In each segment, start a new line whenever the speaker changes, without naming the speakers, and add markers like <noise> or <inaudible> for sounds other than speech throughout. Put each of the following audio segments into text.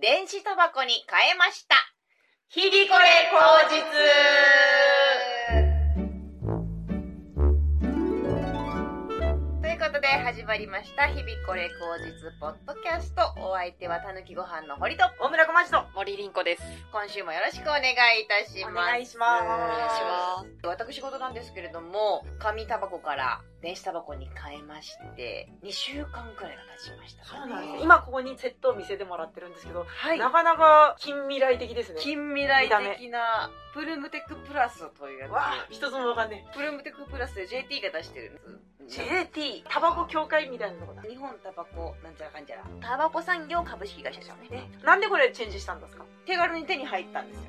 電子タバコに変えました。日々これ口実ということで始まりました、日々これ口実ポッドキャスト。お相手はたぬきご飯の堀と、
大村小町と
森凛子です。
今週もよろしくお願いいたします。。
お願いします
お願いします
私事なんですけれども、紙タバコから電子タバコに変えまして、2週間くらいが経ちましたかね。
そうなんです今ここにセットを見せてもらってるんですけど、
はい。
なかなか近未来的ですね
近未来的なプルムテックプラスというや
わあ一つもわかんね
つプルムテックプラスで JT が出してるや
え
つ
JT タバコ協会みたいなとこだ
日本タバコなんちゃらかんちゃらタバコ産業株式会社さんね
なんでこれチェンジしたんですか
手軽に手に入ったんですよ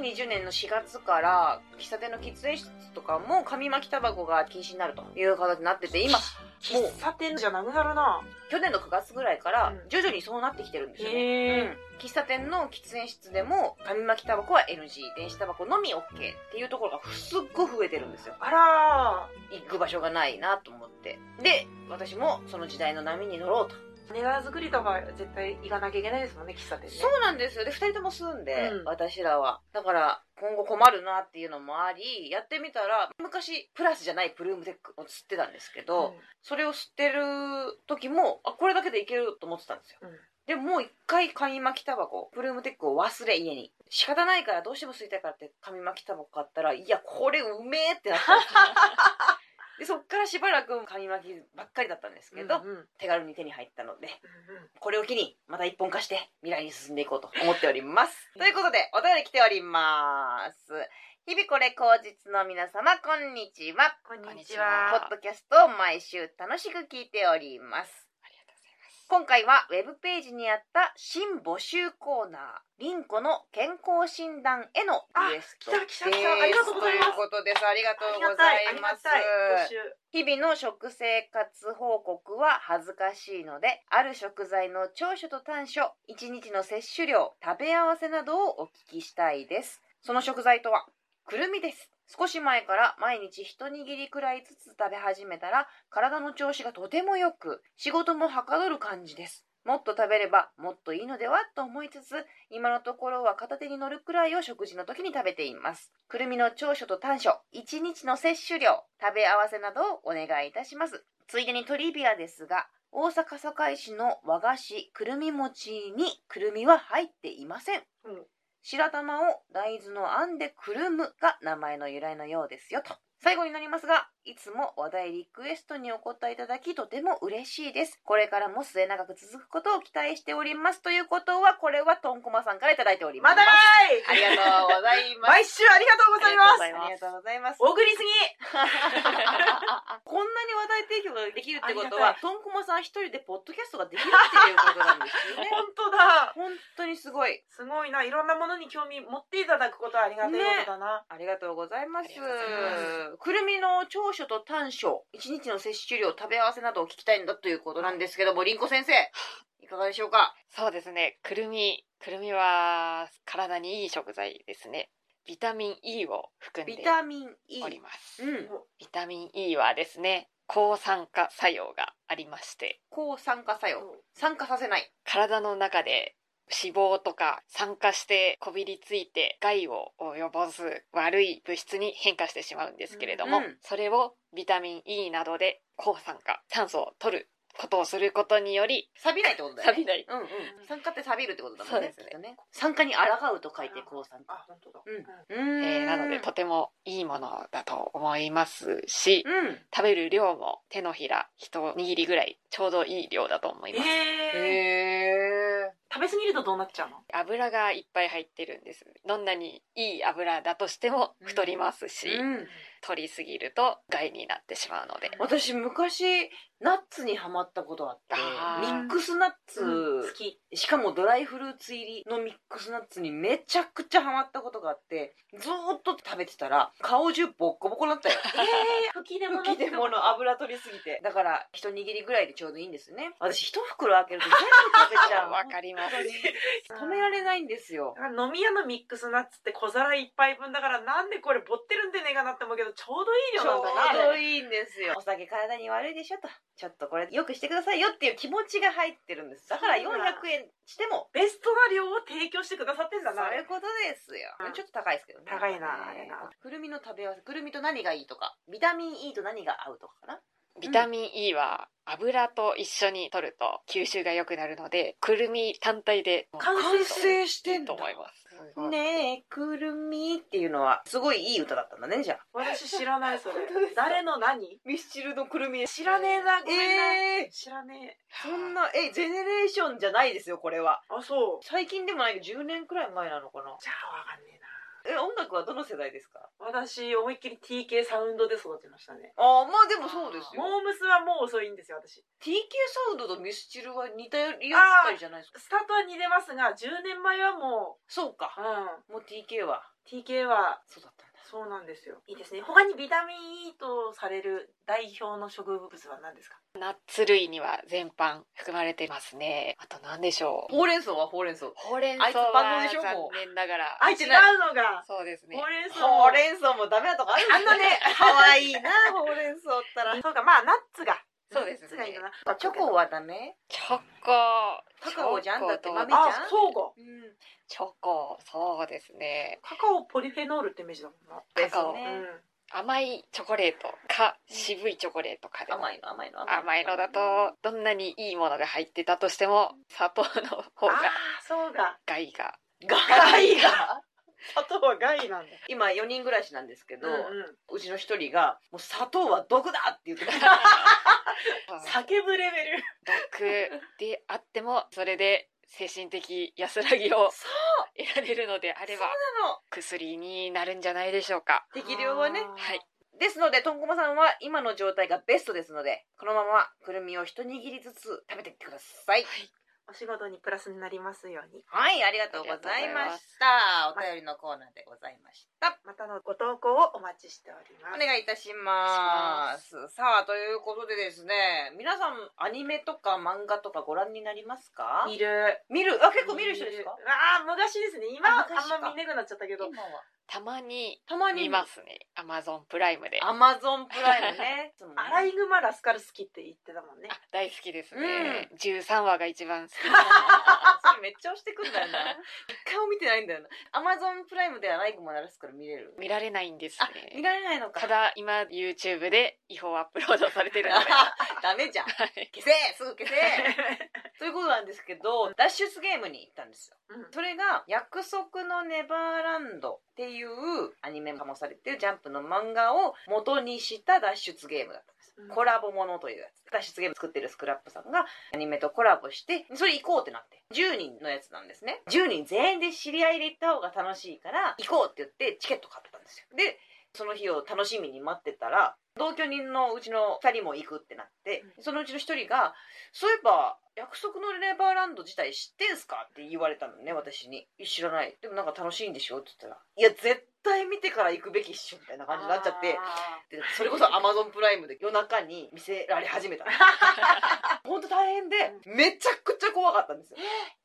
2020年の4月から喫茶店の喫煙室とかも紙巻きタバコが禁止になるという形になってて今もう
喫茶店じゃなくなるな
去年の9月ぐらいから
うん
徐々にそうなってきてるんですよね、
へ
うん喫茶店の喫煙室でも紙巻きタバコは NG 電子タバコのみ OK っていうところがすっごい増えてるんですよ
あら
行く場所がないなと思ってで私もその時代の波に乗ろうと
ーネガ作りとか絶対行かなきゃいけないですもんね喫茶店ね
そうなんですよで2人とも住んで、
うん
私らはだから今後困るなっていうのもありやってみたら昔プラスじゃないプルームテックを吸ってたんですけど、それを吸ってる時もあこれだけでいけると思ってたんですよ、
うん
でももう一回紙巻きタバコプルームテックを忘れ家に仕方ないからどうしても吸いたいからって紙巻きタバコ買ったらいやこれうめえってなったんですよで
<laughs>
そっからしばらく紙巻きばっかりだったんです
うん
けど、
うんうんうん
手軽に手に入ったのでこれを機にまた一本化して未来に進んでいこうと思っております。ということでお便り来ております。日々これ口実の皆様こんにちは。
こんにち
ポ
は
ッドキャストを毎週楽しく聞いております。
ありがとうございます。
今回はウェブページにあった新募集コーナー「リンコの健康診断へのリクエスト」
あ来た来た来たありがとうございます
ということですありがと
あり
う
が
ご
た
ざ
いあ
い
り
ま
が
す
たい募集
日々の食生活報告は恥ずかしいのである食材の長所と短所1日の摂取量食べ合わせなどをお聞きしたいですその食材とはくるみです少し前から毎日一握りくらいずつ食べ始めたら体の調子がとても良く仕事もはかどる感じですもっと食べればもっといいのではと思いつつ今のところは片手に乗るくらいを食事の時に食べていますくるみの長所と短所1日の摂取量食べ合わせなどをお願いいたしますついでにトリビアですが大阪堺市の和菓子くるみ餅にくるみは入っていません、
うん
白玉を大豆の編んでくるむが名前の由来のようですよと最後になりますがいつも話題リクエストにお答えいただきとても嬉しいですこれからも末永く続くことを期待しておりますということはこれはとんこまさんからいただいておりま
ますだか
あ
い
りがとうございます
毎週 <laughs> ありがとうございます
ありがとうございます
お送りすぎ
<laughs> こんなに話題提供ができるってこと
あ
は
りがた
とんこまさん一人でポッドキャストができるっていうことなんですよね
<laughs>
本当だ
本当にすごい
すごいないろんなものに興味持っていただくことはありがたいことだな、
ありがとうございます
ありがとうござい
くるみの長所と短所一日の摂取量食べ合わせなどを聞きたいんだということなんですけどもりんこ先生いかがでしょうか
そうですね。くるみ、くるみは体にいい食材ですね。ビタミン E を含んで
ビタミン E
おります。
うん
ビタミン E はですね、抗酸化作用がありまして、
抗酸化作用酸化させない
体の中で脂肪とか酸化してこびりついて害を及ぼす悪い物質に変化してしまうんですけれども、
うん
それをビタミン E などで抗酸化酸素を取ることをすることにより
錆びないってことだよね
錆びない
うんうん酸化って錆びるってことだもんね
そうですね
きっとね酸化に抗うと書いて抗酸化
あ本当だ、
うん
う
うん
えーなのでとてもいいものだと思いますし、
うん
食べる量も手のひら一握りぐらいちょうどいい量だと思います、
えー
へえ
食べ過ぎるとどうなっちゃうの
油がいっぱい入ってるんですどんなにいい油だとしても太りますし、
うん、
取りすぎると害になってしまうので
私昔ナッツにハマったことあって
あ
ミ
ー
ックスナッツ、
うん好き
しかもドライフルーツ入りのミックスナッツにめちゃくちゃハマったことがあってずーっと食べてたら顔中ボッコボコになったよ
吹き出
好きでも
<laughs>
の油取りすぎてだから一握りぐらいでちょうどいいんですよね私一袋開けると全部食べちゃう
わかります
止められないんですよ
飲み屋のミックスナッツって小皿一杯分だからなんでこれぼってるんでねえかなって思うけどどちょうどいい量なん
ち
だ
ょう
な
どいいんですよお酒体に悪いでしょとちょっとこれよくしてくださいよっていう気持ちが入ってるんですだから400
そうなんだ
円しても
ベストな量を提供してくださってん
そ
だ
う
な
いうことですよ、
うん
ちょっと高いですけどね
高いな
ね
あれな
くるみの食べ合わせくるみと何がいいとかビタミン E と何が合うとかかな
ビタミン E は油と一緒に摂ると吸収が良くなるのでくるみ単体で
完成して
し
いいと思います
ねえくるみっていうのはすごいいい歌だったんだねじゃあ
私知らないそれ
本当ですか
誰の何
ミスチルのくるみ
知らねえなごめんな、
えー、
知らねえ
そんなえジェネレーションじゃないですよこれは
あそう
最近でもないけど10年くらい前なのかな
じゃあわかんねえな
え音楽はどの世代ですか
私思いっきり TK サウンドで育てましたね
ああまあでもそうですよ
モームスはもう遅いんですよ私
TK サウンドとミスチルは似たり合ったりじゃないですか
スタートは似てますが10年前はも
そうか
う、
もう TK は
うん、TK は
そうだったんだ
そうなんですよいいですね他にビタミン E とされる代表の植物は何ですか
ナッツ類には全般含まれてますねあと何でしょう
ほうれん草はほうれん草
ほうれん草
あ
は
つ万能で
い
しょ
残
もう
念ながら
あ
入
違
って
う
ない
のが
そうですね
ほうれん草
ほうれん草もダメなとこあるんだね可愛い <laughs> なほうれん草ったら
そうかまあナッツが
そうです
ナッ
ね
ツがいいかな
チョコはダメ
チョコ
カカオじゃんだって豆じゃん
あそうか
うん
チョコそうですね
カカオポリフェノールってイメージだもんな
ですね
カカオ
うん
甘いチョコレートか渋いチョコレートかでも
甘いの甘いの
甘いのだとどんなにいいものが入ってたとしても砂糖の方
あ
が
あそう <laughs> か
害が
害が
砂糖は害なんだ
今4人暮らしなんですけど、
うん
うちの1人が「もう砂糖は毒だ!」って言ってました <laughs>
そう
叫ぶレベル
毒であってもそれで精神的安らぎを
そ
得られるのであれば
の
薬になるんじゃないでしょうか
適量はね
あー
はい
ですのでとんこまさんは今の状態がベストですのでこのままくるみを一握りずつ食べていってください
お仕事にプラスになりますように
はいありがとうございましたお便りのコーナーでございました
またのご投稿をお待ちしております
お願いいたしますさあということでですね皆さんアニメとか漫画とかご覧になりますか
見る
見るあ結構見る人ですか
ああ昔ですね今は
あ昔か
あんま見なくなっちゃったけど
今は
たまに
たまに
見ますねアマゾンプライムであ
アマゾンプライムね。
アライグマラスカル好きって言ってたもんね
大好きですね、13話が一番好
<laughs>
き
それめっちゃ押してくんだよな。一回も見てないんだよな。アマゾンプライムでアライグマ鳴らすから見れる。
見られないんで
<laughs>
す
あ、見
ね
られないのか。
ただ今 YouTube で違法アップロードされ
<laughs>
てるので
ダメじゃん。
はい
消せすぐ消せ <laughs> ということなんですけど、脱出ゲームに行ったんですよ。
うん
それが、約束のネバーランドっていうアニメ化もされてるジャンプの漫画を元にした脱出ゲームだったんです。
うん
コラボものというやつ脱出ゲーム作ってるスクラップさんがアニメとコラボしてそれ行こうってなって10人のやつなんですね10人全員で知り合いで行った方が楽しいから行こうって言ってチケット買ったんですよでその日を楽しみに待ってたら同居人のうちの2人も行くってなってそのうちの1人が「そういえば約束のネバーランド自体知ってんすか?」って言われたのね私に「知らないでもなんか楽しいんでしょ?」って言ったら「いや絶対見てから行くべきっしょ」みたいな感じになっちゃって
あ
でそれこそアマゾンプライムで夜中に見せられ始めた本当大変でめちゃくちゃ怖かったんですよ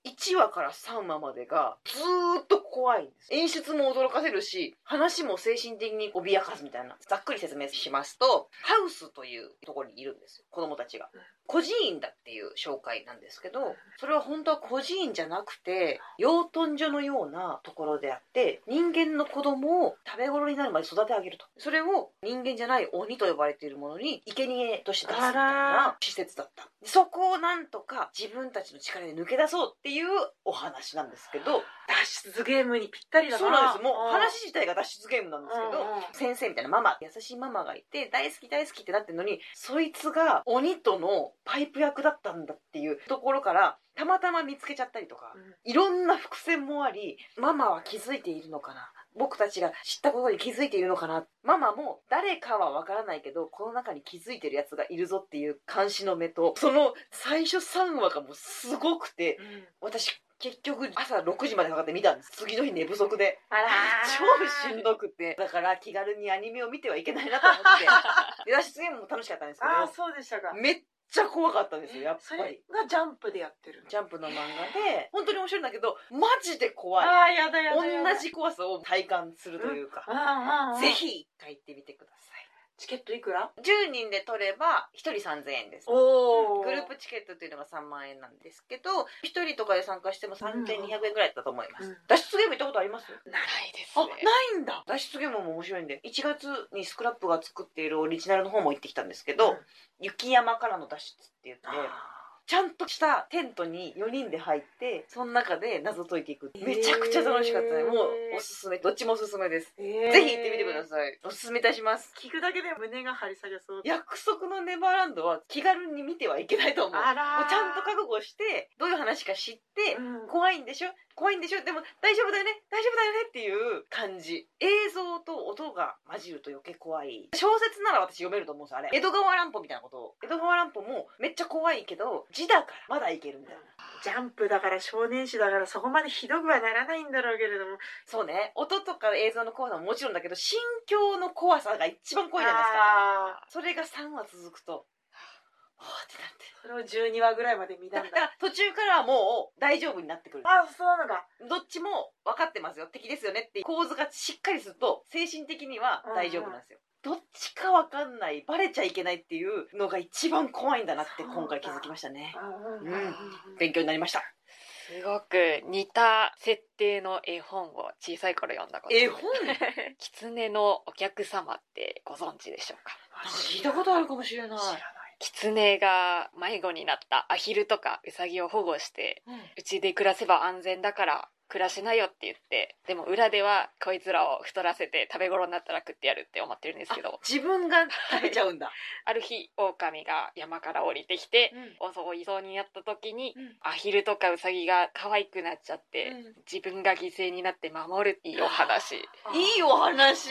1話から3話までがずーっと怖いんです演出も驚かせるし話も精神的に脅かすみたいなざっくり説明しますとハウスというところにいるんですよ子供たちが
うん
孤児院だっていう紹介なんですけどそれは本当は孤児院じゃなくて養豚所のようなところであって人間の子供を食べ頃になるまで育て上げるとそれを人間じゃない鬼と呼ばれているものに生贄として出すみたい
あ
な施設だったそこをなんとか自分たちの力で抜け出そうっていうお話なんですけど
脱出ゲームにぴったりだな
そうなんですもう
で
話自体が脱出ゲームなんですけど、
す
先生みたいなママ優しいママがいて大好き大好きってなってるのにそいつが鬼とのパイプ役だったんだっていうところからたまたま見つけちゃったりとか、いろんな伏線もありママは気づいているのかな僕たちが知ったことに気づいているのかなママも誰かはわからないけどこの中に気づいてるやつがいるぞっていう監視の目とその最初3話がもうすごくて
うんうん
私結局朝6時までかかって見たんです次の日寝不足で
あら
超しんどくてだから気
<laughs>
軽にアニメを見てはいけないなと思ってで脱出ゲームも楽しかったんですけ
ああ
ど
そうでしたか
めっちゃ怖かったんですよやっ
そ
ぱ
れ
り
がジャンプでやってるの
ジャンプの漫画で本当に面白いんだけどマジで怖い
ああやだやだ
同
やだ
じ怖さを体感するというか、
うんうんうん
ぜひ一回行ってみてくださ
チケットいくら
い10人で取れば1人3000円です
お
グループチケットっていうのが3万円なんですけど1人とかで参加しても3200円ぐらいだったと思います、
うん
脱出ゲーム行ったことあります
ないです
あ
ね
ないんだ脱出ゲームも面白いんで1月にスクラップが作っているオリジナルの方も行ってきたんですけど、
うん
雪山からの脱出って言って
あ
ちゃんとしたテントに4人で入ってその中で謎解いていく
へー
めちゃくちゃ楽しかったねもうおすすめどっちもおすすめです、
ーえー
ぜひ行ってみてくださいおすすめいたします
聞くだけで胸が張り下げそう
約束のネバーランドは気軽に見てはいけないと思うもう
あらー
ちゃんと覚悟してどういう話か知って、
うん
怖いんでしょ怖いんでしょでも大丈夫だよね大丈夫だよねっていう感じ映像と音が混じると余計怖い小説なら私読めると思うんですよあれ江戸川乱歩みたいなこと江戸川乱歩もめっちゃ怖いけど字だからまだいけるみたいな
ジャンプだから少年誌だからそこまでひどくはならないんだろうけれども
そうね音とか映像の怖さももちろんだけど心境の怖さが一番怖いじゃないですか
あ
それが3話続くとはあってなって
ーそれを12話ぐらいまで見た
だ
ん
か
だ
<laughs> ら途中からはもう大丈夫になってくる
あそうなのか
どっちも分かってますよ敵ですよねっていう構図がしっかりすると精神的には大丈夫なんですよどっちか分かんないバレちゃいけないっていうのが一番怖いんだなって今回気づきましたね
うん
うん勉強になりました
すごく似た設定の絵本を小さい頃読んだこと
絵本
狐のお客様ってご存知でしょうか
聞いたことあるかもしれない
知らない
狐が迷子になったアヒルとかウサギを保護して
うん
うちで暮らせば安全だから暮らしなよって言ってでも裏ではこいつらを太らせて食べ頃になったら食ってやるって思ってるんですけどあ
自分が食べちゃうんだ
る日狼が山から降りてきて襲いそうになった時にアヒルとかウサギが可愛くなっちゃって、
うん
自分が犠牲になって守るっていうお話
いいお話
あー
素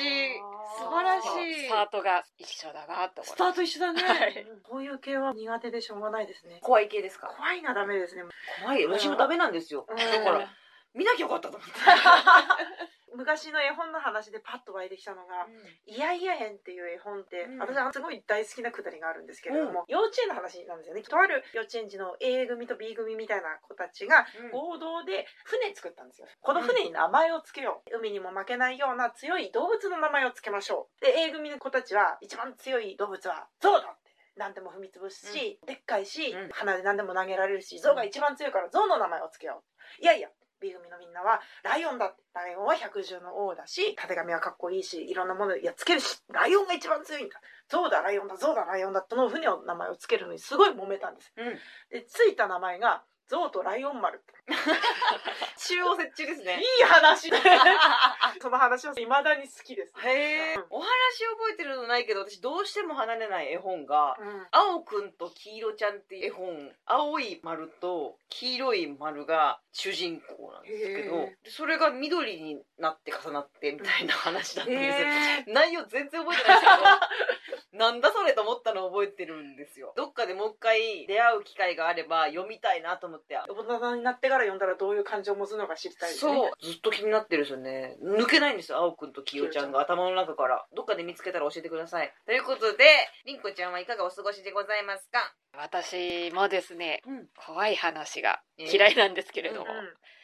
晴らしい
スタートが一緒だなと思
ス
っ
タ
て
ート一緒だね、
はい
うんこういう系は苦手でしょうがないですね
怖い系ですか
怖いなダメですね
怖い私もダメなんですよ
うん
だから見なきゃよかったと思って
昔の絵本の話でパッと湧いてきたのが「イヤイヤ編」っていう絵本って、
うん
私はすごい大好きなくだりがあるんですけれども、幼稚園の話なんですよねとある幼稚園児の A 組と B 組みたいな子たちが
うん
合同で船作ったんですよこの船に名前を付けよう海にも負けないような強い動物の名前を付けましょうで A 組の子たちは一番強い動物はゾウだって何でも踏み潰すし、でっかいし、
うん
鼻で何でも投げられるしゾウが一番強いからゾウの名前を付けよういやいや B 組のみんなはライオンだってライオンは百獣の王だし縦紙はかっこいいしいろんなものやっつけるしライオンが一番強いんだゾウだライオンだゾウだライオンだとの船の名前を付けるのにすごい揉めたんです
うん
でついた名前がゾウとライオン <laughs> 丸
中央設置ですね <laughs>
いい話 <laughs> その話は未だに好きです、
へえ、お話覚えてるのないけど私どうしても離れない絵本が「青くんと黄色ちゃん」っていう絵本青い丸と黄色い丸が主人公なんですけど
へ
でそれが緑になって重なってみたいな話だったんですよ、
え
内容全然覚えてないんです
<laughs>
けどなんだそれと思ったのを覚えてるんですよどっかでもう一回出会う機会があれば読みたいなと思って
ー、大人になってから読んだらどういう感情を持つのか知りたいですね
そうずっと気になってるんですよね抜けないんですよ青くんときよちゃんが頭の中からどっかで見つけたら教えてくださいということでりんこちゃんはいかがお過ごしでございますか
私もですね
うん
怖い話が嫌いなんですけれども、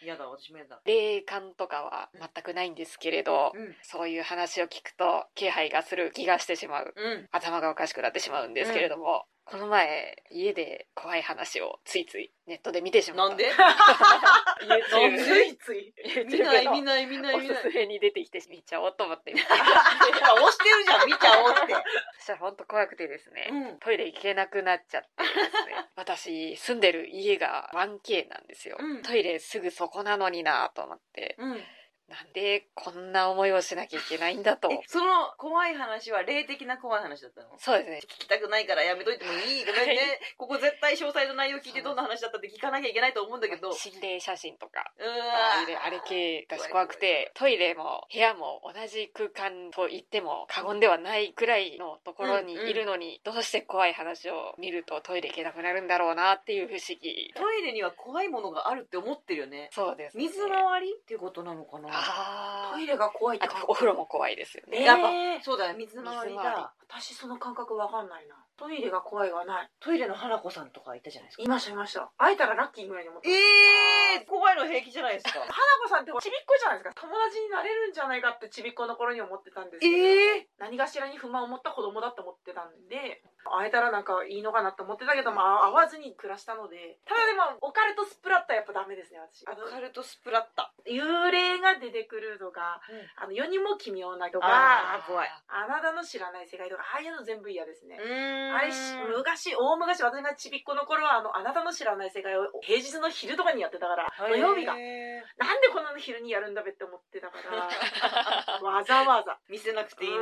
嫌だ私も嫌だ
霊感とかは全くないんですけれど、
うん
そういう話を聞くと気配がする気がしてしまう
うん
頭がおかしくなってしまうんですけれども、この前家で怖い話をついついネットで見てしまった
なんで
うんうん、
なん
YouTube,
ついつい
YouTube
見ない
の
見ない見ない
お
見
す
ない
すめに出てきて見ちゃおうと思って見て
あ押してるじゃん見ちゃおうって
そしたら本当怖くてですね、
うん
トイレ行けなくなっちゃってですね
<laughs>
私住んでる家が 1K なんですよ、
うん
トイレすぐそこなのになと思って
うん、
なんでこんな思いをしなきゃいけないんだと
えその怖い話は霊的な怖い話だったの
そうですね
聞きたくないからやめといてもいいごめんね
はい
ここ絶対詳細の内容聞いてどんな話だったって聞かなきゃいけないと思うんだけどうー
心霊写真とかあれ
ん
あれ系が怖くてトイレも部屋も同じ空間と言っても過言ではないくらいのところにいるのに、どうして怖い話を見るとトイレ行けなくなるんだろうなっていう不思議
トイレには怖いものがあるって思ってるよね
そうですね、
水回りっていうことなのかな
あ
トイ
ー
レが怖いって
あ
感
と
覚
お風呂も怖いですよね
えー
やっぱそうだよ水回
回
り
り
だ
だ
私その感覚わかんないなトイレが怖いはない
トイレの花子さんとかいたじゃないですか
いましたいました会えたらラッキーぐらいに思って
ええ怖いの平気じゃないですか
花子さんってちびっこじゃないですか友達になれるんじゃないかってちびっこの頃に思ってたんですけど、
ええ
何かしらに不満を持った子供だと思ってたんで会えたらなんかいいのかなと思ってたけど、まあ、会わずに暮らしたのでただでもオカルトスプラッターやっぱダメですね私あの
カルトスプラッタ
幽霊が出てくるとか、あの世にも奇妙なとか
あー怖い
あなたの知らない世界とかああいうの全部嫌ですね、
ん
あれし昔大昔私がちびっこの頃はあのあなたの知らない世界を平日の昼とかにやってたから土曜日がなんでこの昼にやるんだべって思ってたからわざわざ
見せなくていいの
う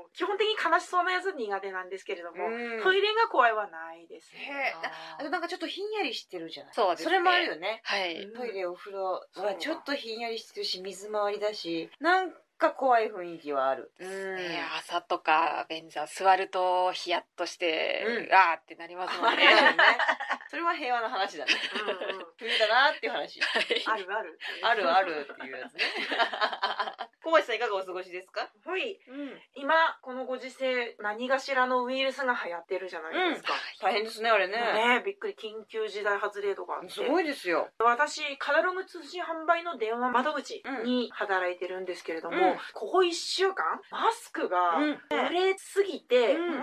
ん基本的に悲しそうなやつ苦手なんですけれども、
にうん
トイレが怖いはないです
へえ
ね
あとなんかちょっとひんやりしてるじゃない
そうですね
れもあるよね
はい
うん
トイレお風呂
そう
は
だ
ちょっとひんやりしてるし水回りだしなんか怖い雰囲気はあるうん
ね朝とか便座座るとヒヤッとして、
うん
あーってなりますもんね
ね <laughs> それは平和な話だね
う
<laughs>
んうん
冬だなっていう話
あるある
あるあるっていうや <laughs> つね小林さんいかがお過ごしですか
ほ
うん
い今このご時世何かしらのウイルスが流行ってるじゃないですか、
大変ですねあれね
ねびっくり緊急事態発令とかあって
すごいですよ
私カタログ通信販売の電話窓口に働いてるんですけれども、
うん
ここ1週間マスクが
うん
売れすぎて全
うん
く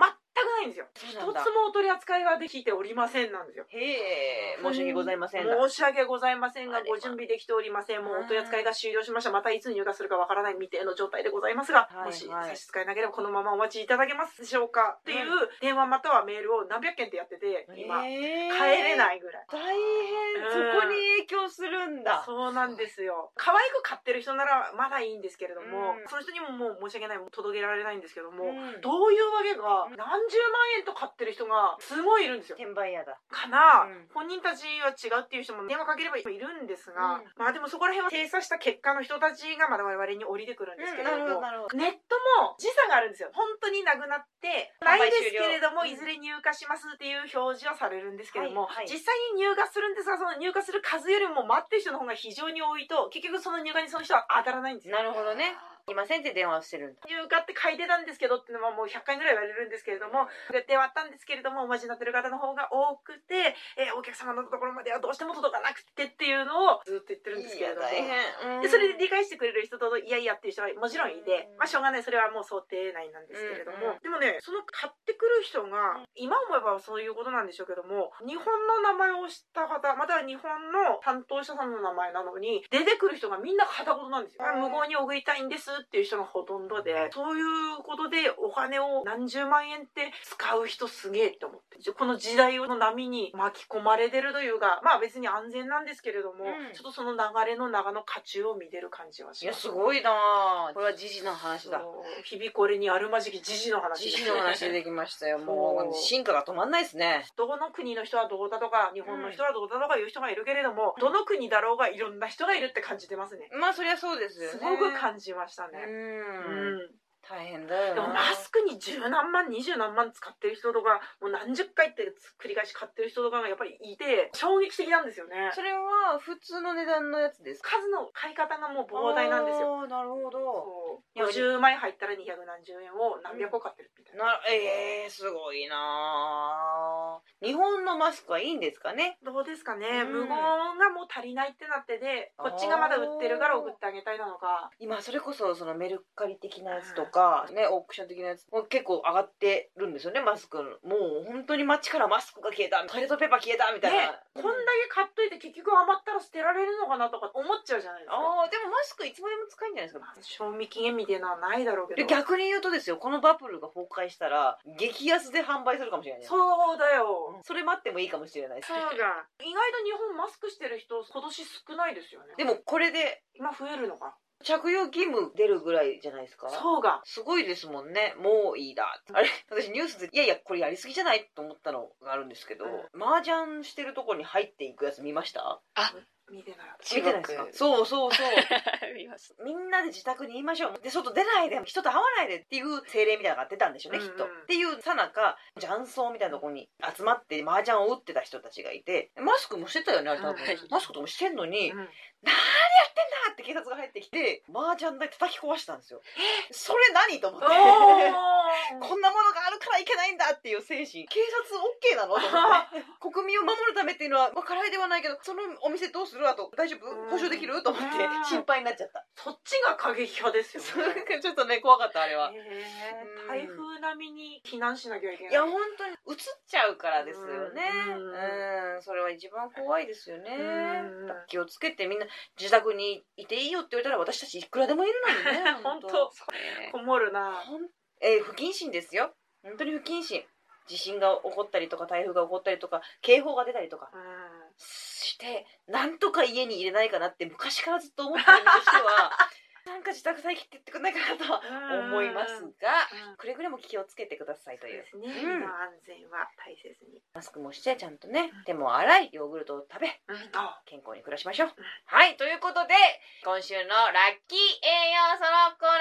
ないんですよ、
そう
一
なんだ
つもお取り扱いができておりませんなんですよ
へえ申し訳ございませんだ
申し訳ございません
あ
が
れは
ご準備できておりませんもうお取り扱いが終了しましたまたいつ入荷するかわからない未定の状態でございますが、
はい
もし
はい
差し支えなければこのままお待ちいただけますでしょうかっていう電話またはメールを何百件ってやってて今帰
え
れないいぐらい。
大変そこに影響するんだ
そうなんですよ可愛く買ってる人ならまだいいんですけれども、
うん
その人にももう申し訳ない届けられないんですけども、
うん
どういうわけか
うん
何十万円と買ってる人がすごいいるんですよ
転売屋だ
かな、
うん
本人たちは違うっていう人も電話かければいるんです
う
が、
ん
まあでもそこら辺は精査した結果の人たちがまだ我々に降りてくるんですけれども、
なるほ
ネットも時差があるんですよ本当になくなって
販
な
売
い
終
で
了
すけれども、
うん
いずれ入荷しますっていう表示はされるんですけれども、
はいはい
実際に入荷するんですがその入荷する数よりも待ってる人の方が非常に多いと結局その入荷にその人は当たらないんです
ど
よ
なるほどねいませんって電話をしてるんだ
入荷って書いてたんですけどっていうのはもう100回ぐらい言われるんですけれども予定はあったんですけれどもお待ちになってる方の方が多くて、えーお客様のところまではどうしても届かなくてっていうのをずっと言ってるんですけれども。
変
でそれで理解してくれる人といやいやっていう人はもちろんいて
うん、
まあ、しょうがないそれはもう想定内なんですけれど
うんうん
も、でもねその買ってくる人が今思えばそういうことなんでしょうけども日本の名前を知った方または日本の担当者さんの名前なのに出てくる人がみんな片言なんですよ。
うん
無謀に送りたいんですっていう人がほとんどでそういうことでお金を何十万円って使う人すげえって思ってこの時代の波に巻き込まれてるというかまあ別に安全なんですけれども、
うん
ちょっとその流れの中の渦中を見れる感じはし
い
ま
や
す
すごいなこれは時事の話だ
そう日々これにあるまじき時事の話
時
です
事の話出てきましたよもう
そう
進化が止まんないですね
<laughs> どこの国の人はどうだとか日本の人はどうだとかいう人がいるけれども、どの国だろうがいろんな人がいるって感じてますね
まあそりゃそうですよね
すごく感じました
うん
ね、うん
大変だよ
で
な
もマスクに十何万二十何万使ってる人とかもう何十回って繰り返し買ってる人とかがやっぱりいて衝撃的なんですよね
それは普通の値段のやつですか
数の買い方がもう膨大なんですよ
あーなるほど
そう50枚入ったら270円を何百個買ってるみたいな、
なえー、すごいなー日本のマスクはいいんですかね
どうですかね、
うん
無言がもう足りないってなってでこっちがまだ売ってるから送ってあげたいなのか
今それこそそのメルカリ的なやつとか、ね、オークション的なやつも結構上がってるんですよねマスクのもう本当に街からマスクが消えたトイレットペーパー消えたみたいな、
ねこんだけ買っといて結局余ったら捨てられるのかなとか思っちゃうじゃないですか
あーでもマスクいつまでも使えるんじゃないですか
賞味期限みたいなのはないだろうけ
で
ど
逆に言うとですよこのバブルが崩壊したら激安で販売するかもしれないね
そうだよ
それ待ってもいいかもしれないです
そうだ意外と日本マスクしてる人今年少ないですよね
でもこれで
今増えるのか
着用義務出るぐらいじゃないですか
そうが
すごいですもんね。もういいだ。あれ <laughs> 私ニュースで、いやいや、これやりすぎじゃないと思ったのがあるんですけど、
う
麻雀してるとこに入っていくやつ見ました
見てない
見て
中国
ないですかそうそうそう。
<laughs> 見ました
みんなで自宅にいましょう。で、外出ないで、人と会わないでっていう精霊みたいなのが出たんでしょうね、
うんうん
きっと。っていうさなか、雀荘みたいなとこに集まって麻雀を打ってた人たちがいて、マスクもしてたよね、あれ多分。
うん
マスクとかもしてんのに、
うん
って警察が入っってきて、麻雀台叩き壊したんですよ。それ何と思って。
お
<laughs>
ー
こんなものがあるからいけないんだっていう精神。警察 OK なの <laughs> と思って。国民を守るためっていうのは、まあ、からいではないけど、そのお店どうするあと、大丈夫
うん
保証できると思って
うん、
心配になっちゃった。
そっちが過激派ですよ
それ
ね。
がちょっとね、怖かった、あれは。
へー
うん
台風並みに避難しなきゃいけない。
いや、本当に、映っちゃうからですよね。
うん
うん、それは一番怖いですよね
うん。。
気をつけて、みんな、自宅にいていいよって言われたら、私たちいくらでもいるのにね
<laughs> 本当
ね
こもるな。
ほんえー不謹慎ですよ本当に不謹慎地震が起こったりとか台風が起こったりとか警報が出たりとか
うん
してなんとか家に入れないかなって昔からずっと思ってる身として
<laughs>
はなんか自宅待機って言ってくんないかなとは思いますが
うん
くれぐれも気をつけてくださいと
そう
いう
ですね。
うん
身の安全は大切に。
マスクもしてちゃんとね手も洗いヨーグルトを食べ
うんあ
健康に暮らしましょうはいということで今週のラッキー栄養素のコーナー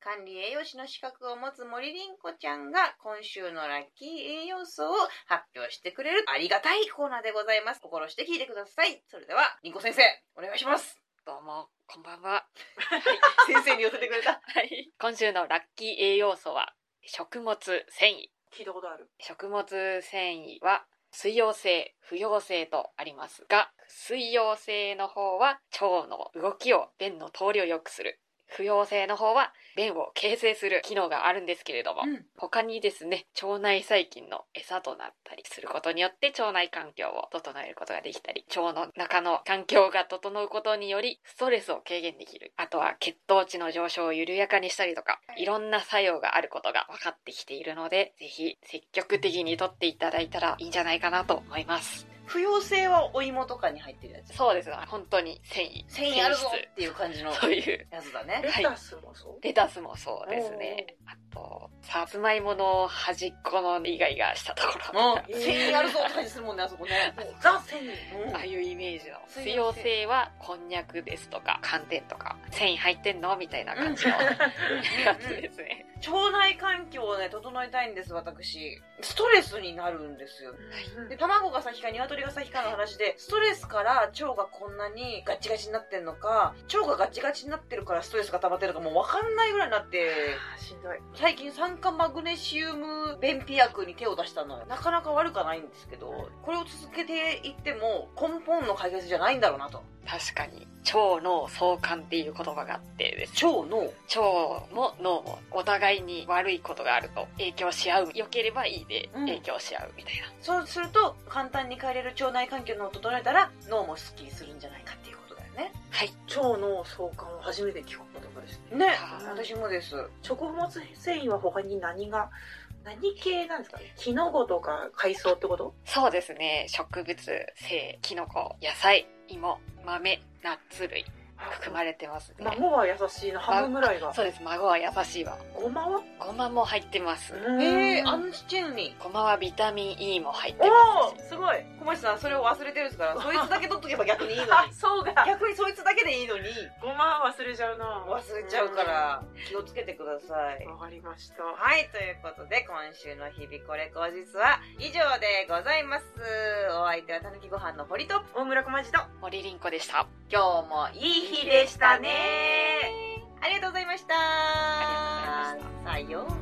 管理栄養士の資格を持つ森凛子ちゃんが今週のラッキー栄養素を発表してくれるありがたいコーナーでございます。心して聞いてください。それでは、凛子先生、お願いします。
どうも、こんばんは。
先生に寄せてくれた。
はい。今週のラッキー栄養素は、食物繊維。
聞いたことある。
食物繊維は水溶性不溶性とありますが水溶性の方は腸の動きを便の通りを良くする不溶性の方は便を形成する機能があるんですけれども、
うん。
他にですね腸内細菌の餌となったりすることによって腸内環境を整えることができたり腸の中の環境が整うことによりストレスを軽減できるあとは血糖値の上昇を緩やかにしたりとかいろんな作用があることが分かってきているのでぜひ積極的にとっていただいたらいいんじゃないかなと思います
不溶性はお芋とかに入ってるやつ。
そうですが本当に繊維
繊維あるぞっていう感じの
繊維質そういう
やつだね。
レタスもそう。
レタスもそうですねあとさつまいもの端っこのイガイガしたところ
もう、繊維あるぞって感じするもんね、あそこね。
もうザ繊維。
うん
ああいうイメージの
水
水
溶
溶
性
性はこんにゃくですとか寒天とか繊維入ってんのみたいな感じのやつですね
腸内環境をね整えたいんです私ストレスになるんですよで卵が先か鶏が先かの話でストレスから腸がこんなにガッチガチになってんのか腸がガチガチになってるからストレスが溜まってるのかもう分かんないぐらいになって
あーしんどい。
最近酸化マグネシウム便秘薬に手を出したのなかなか悪くはないんですけどこれを続けていっても根本の解決じゃないんだろうなと
確かに腸脳相関っていう言葉があってです
腸の
腸も脳もお互いに悪いことがあると影響し合う良ければいいで
うん
影響し合うみたいな、
そうすると簡単に変えれる腸内環境のを整えたら脳もすっきりするんじゃないかっていうことだよね
はい
腸の相関を初めて聞く言葉ですね。
ね
あ、
ー
私もです。
食物繊維は他に何が何系なんですかねキノコとか海藻ってこと
そうですね植物性キノコ野菜芋豆ナッツ類含まれてますね
孫は優しいの半分ぐらいが
そうです孫は優しいわ
ごまは
ごまも入ってます、
ええ
あ
あ
ん
のちっちゃいのに。
ごまはビタミン E も入ってま
お
すし
お、すごい。小町さん、それを忘れてるんですから、そいつだけ取っとけば逆にいいのに。
<laughs> あそうか
逆にそいつだけでいいのに、
ごまは忘れちゃうな
忘れちゃうから、気をつけてください
うん。わかりました
はい、ということで、今週の日々これ後日は以上でございます。お相手はたぬきご飯の堀と、
大村小町と
森凛子でした
今日もいい日でしたね。ありがとうございました。
ありがとうございまし
さ
た
ようなら。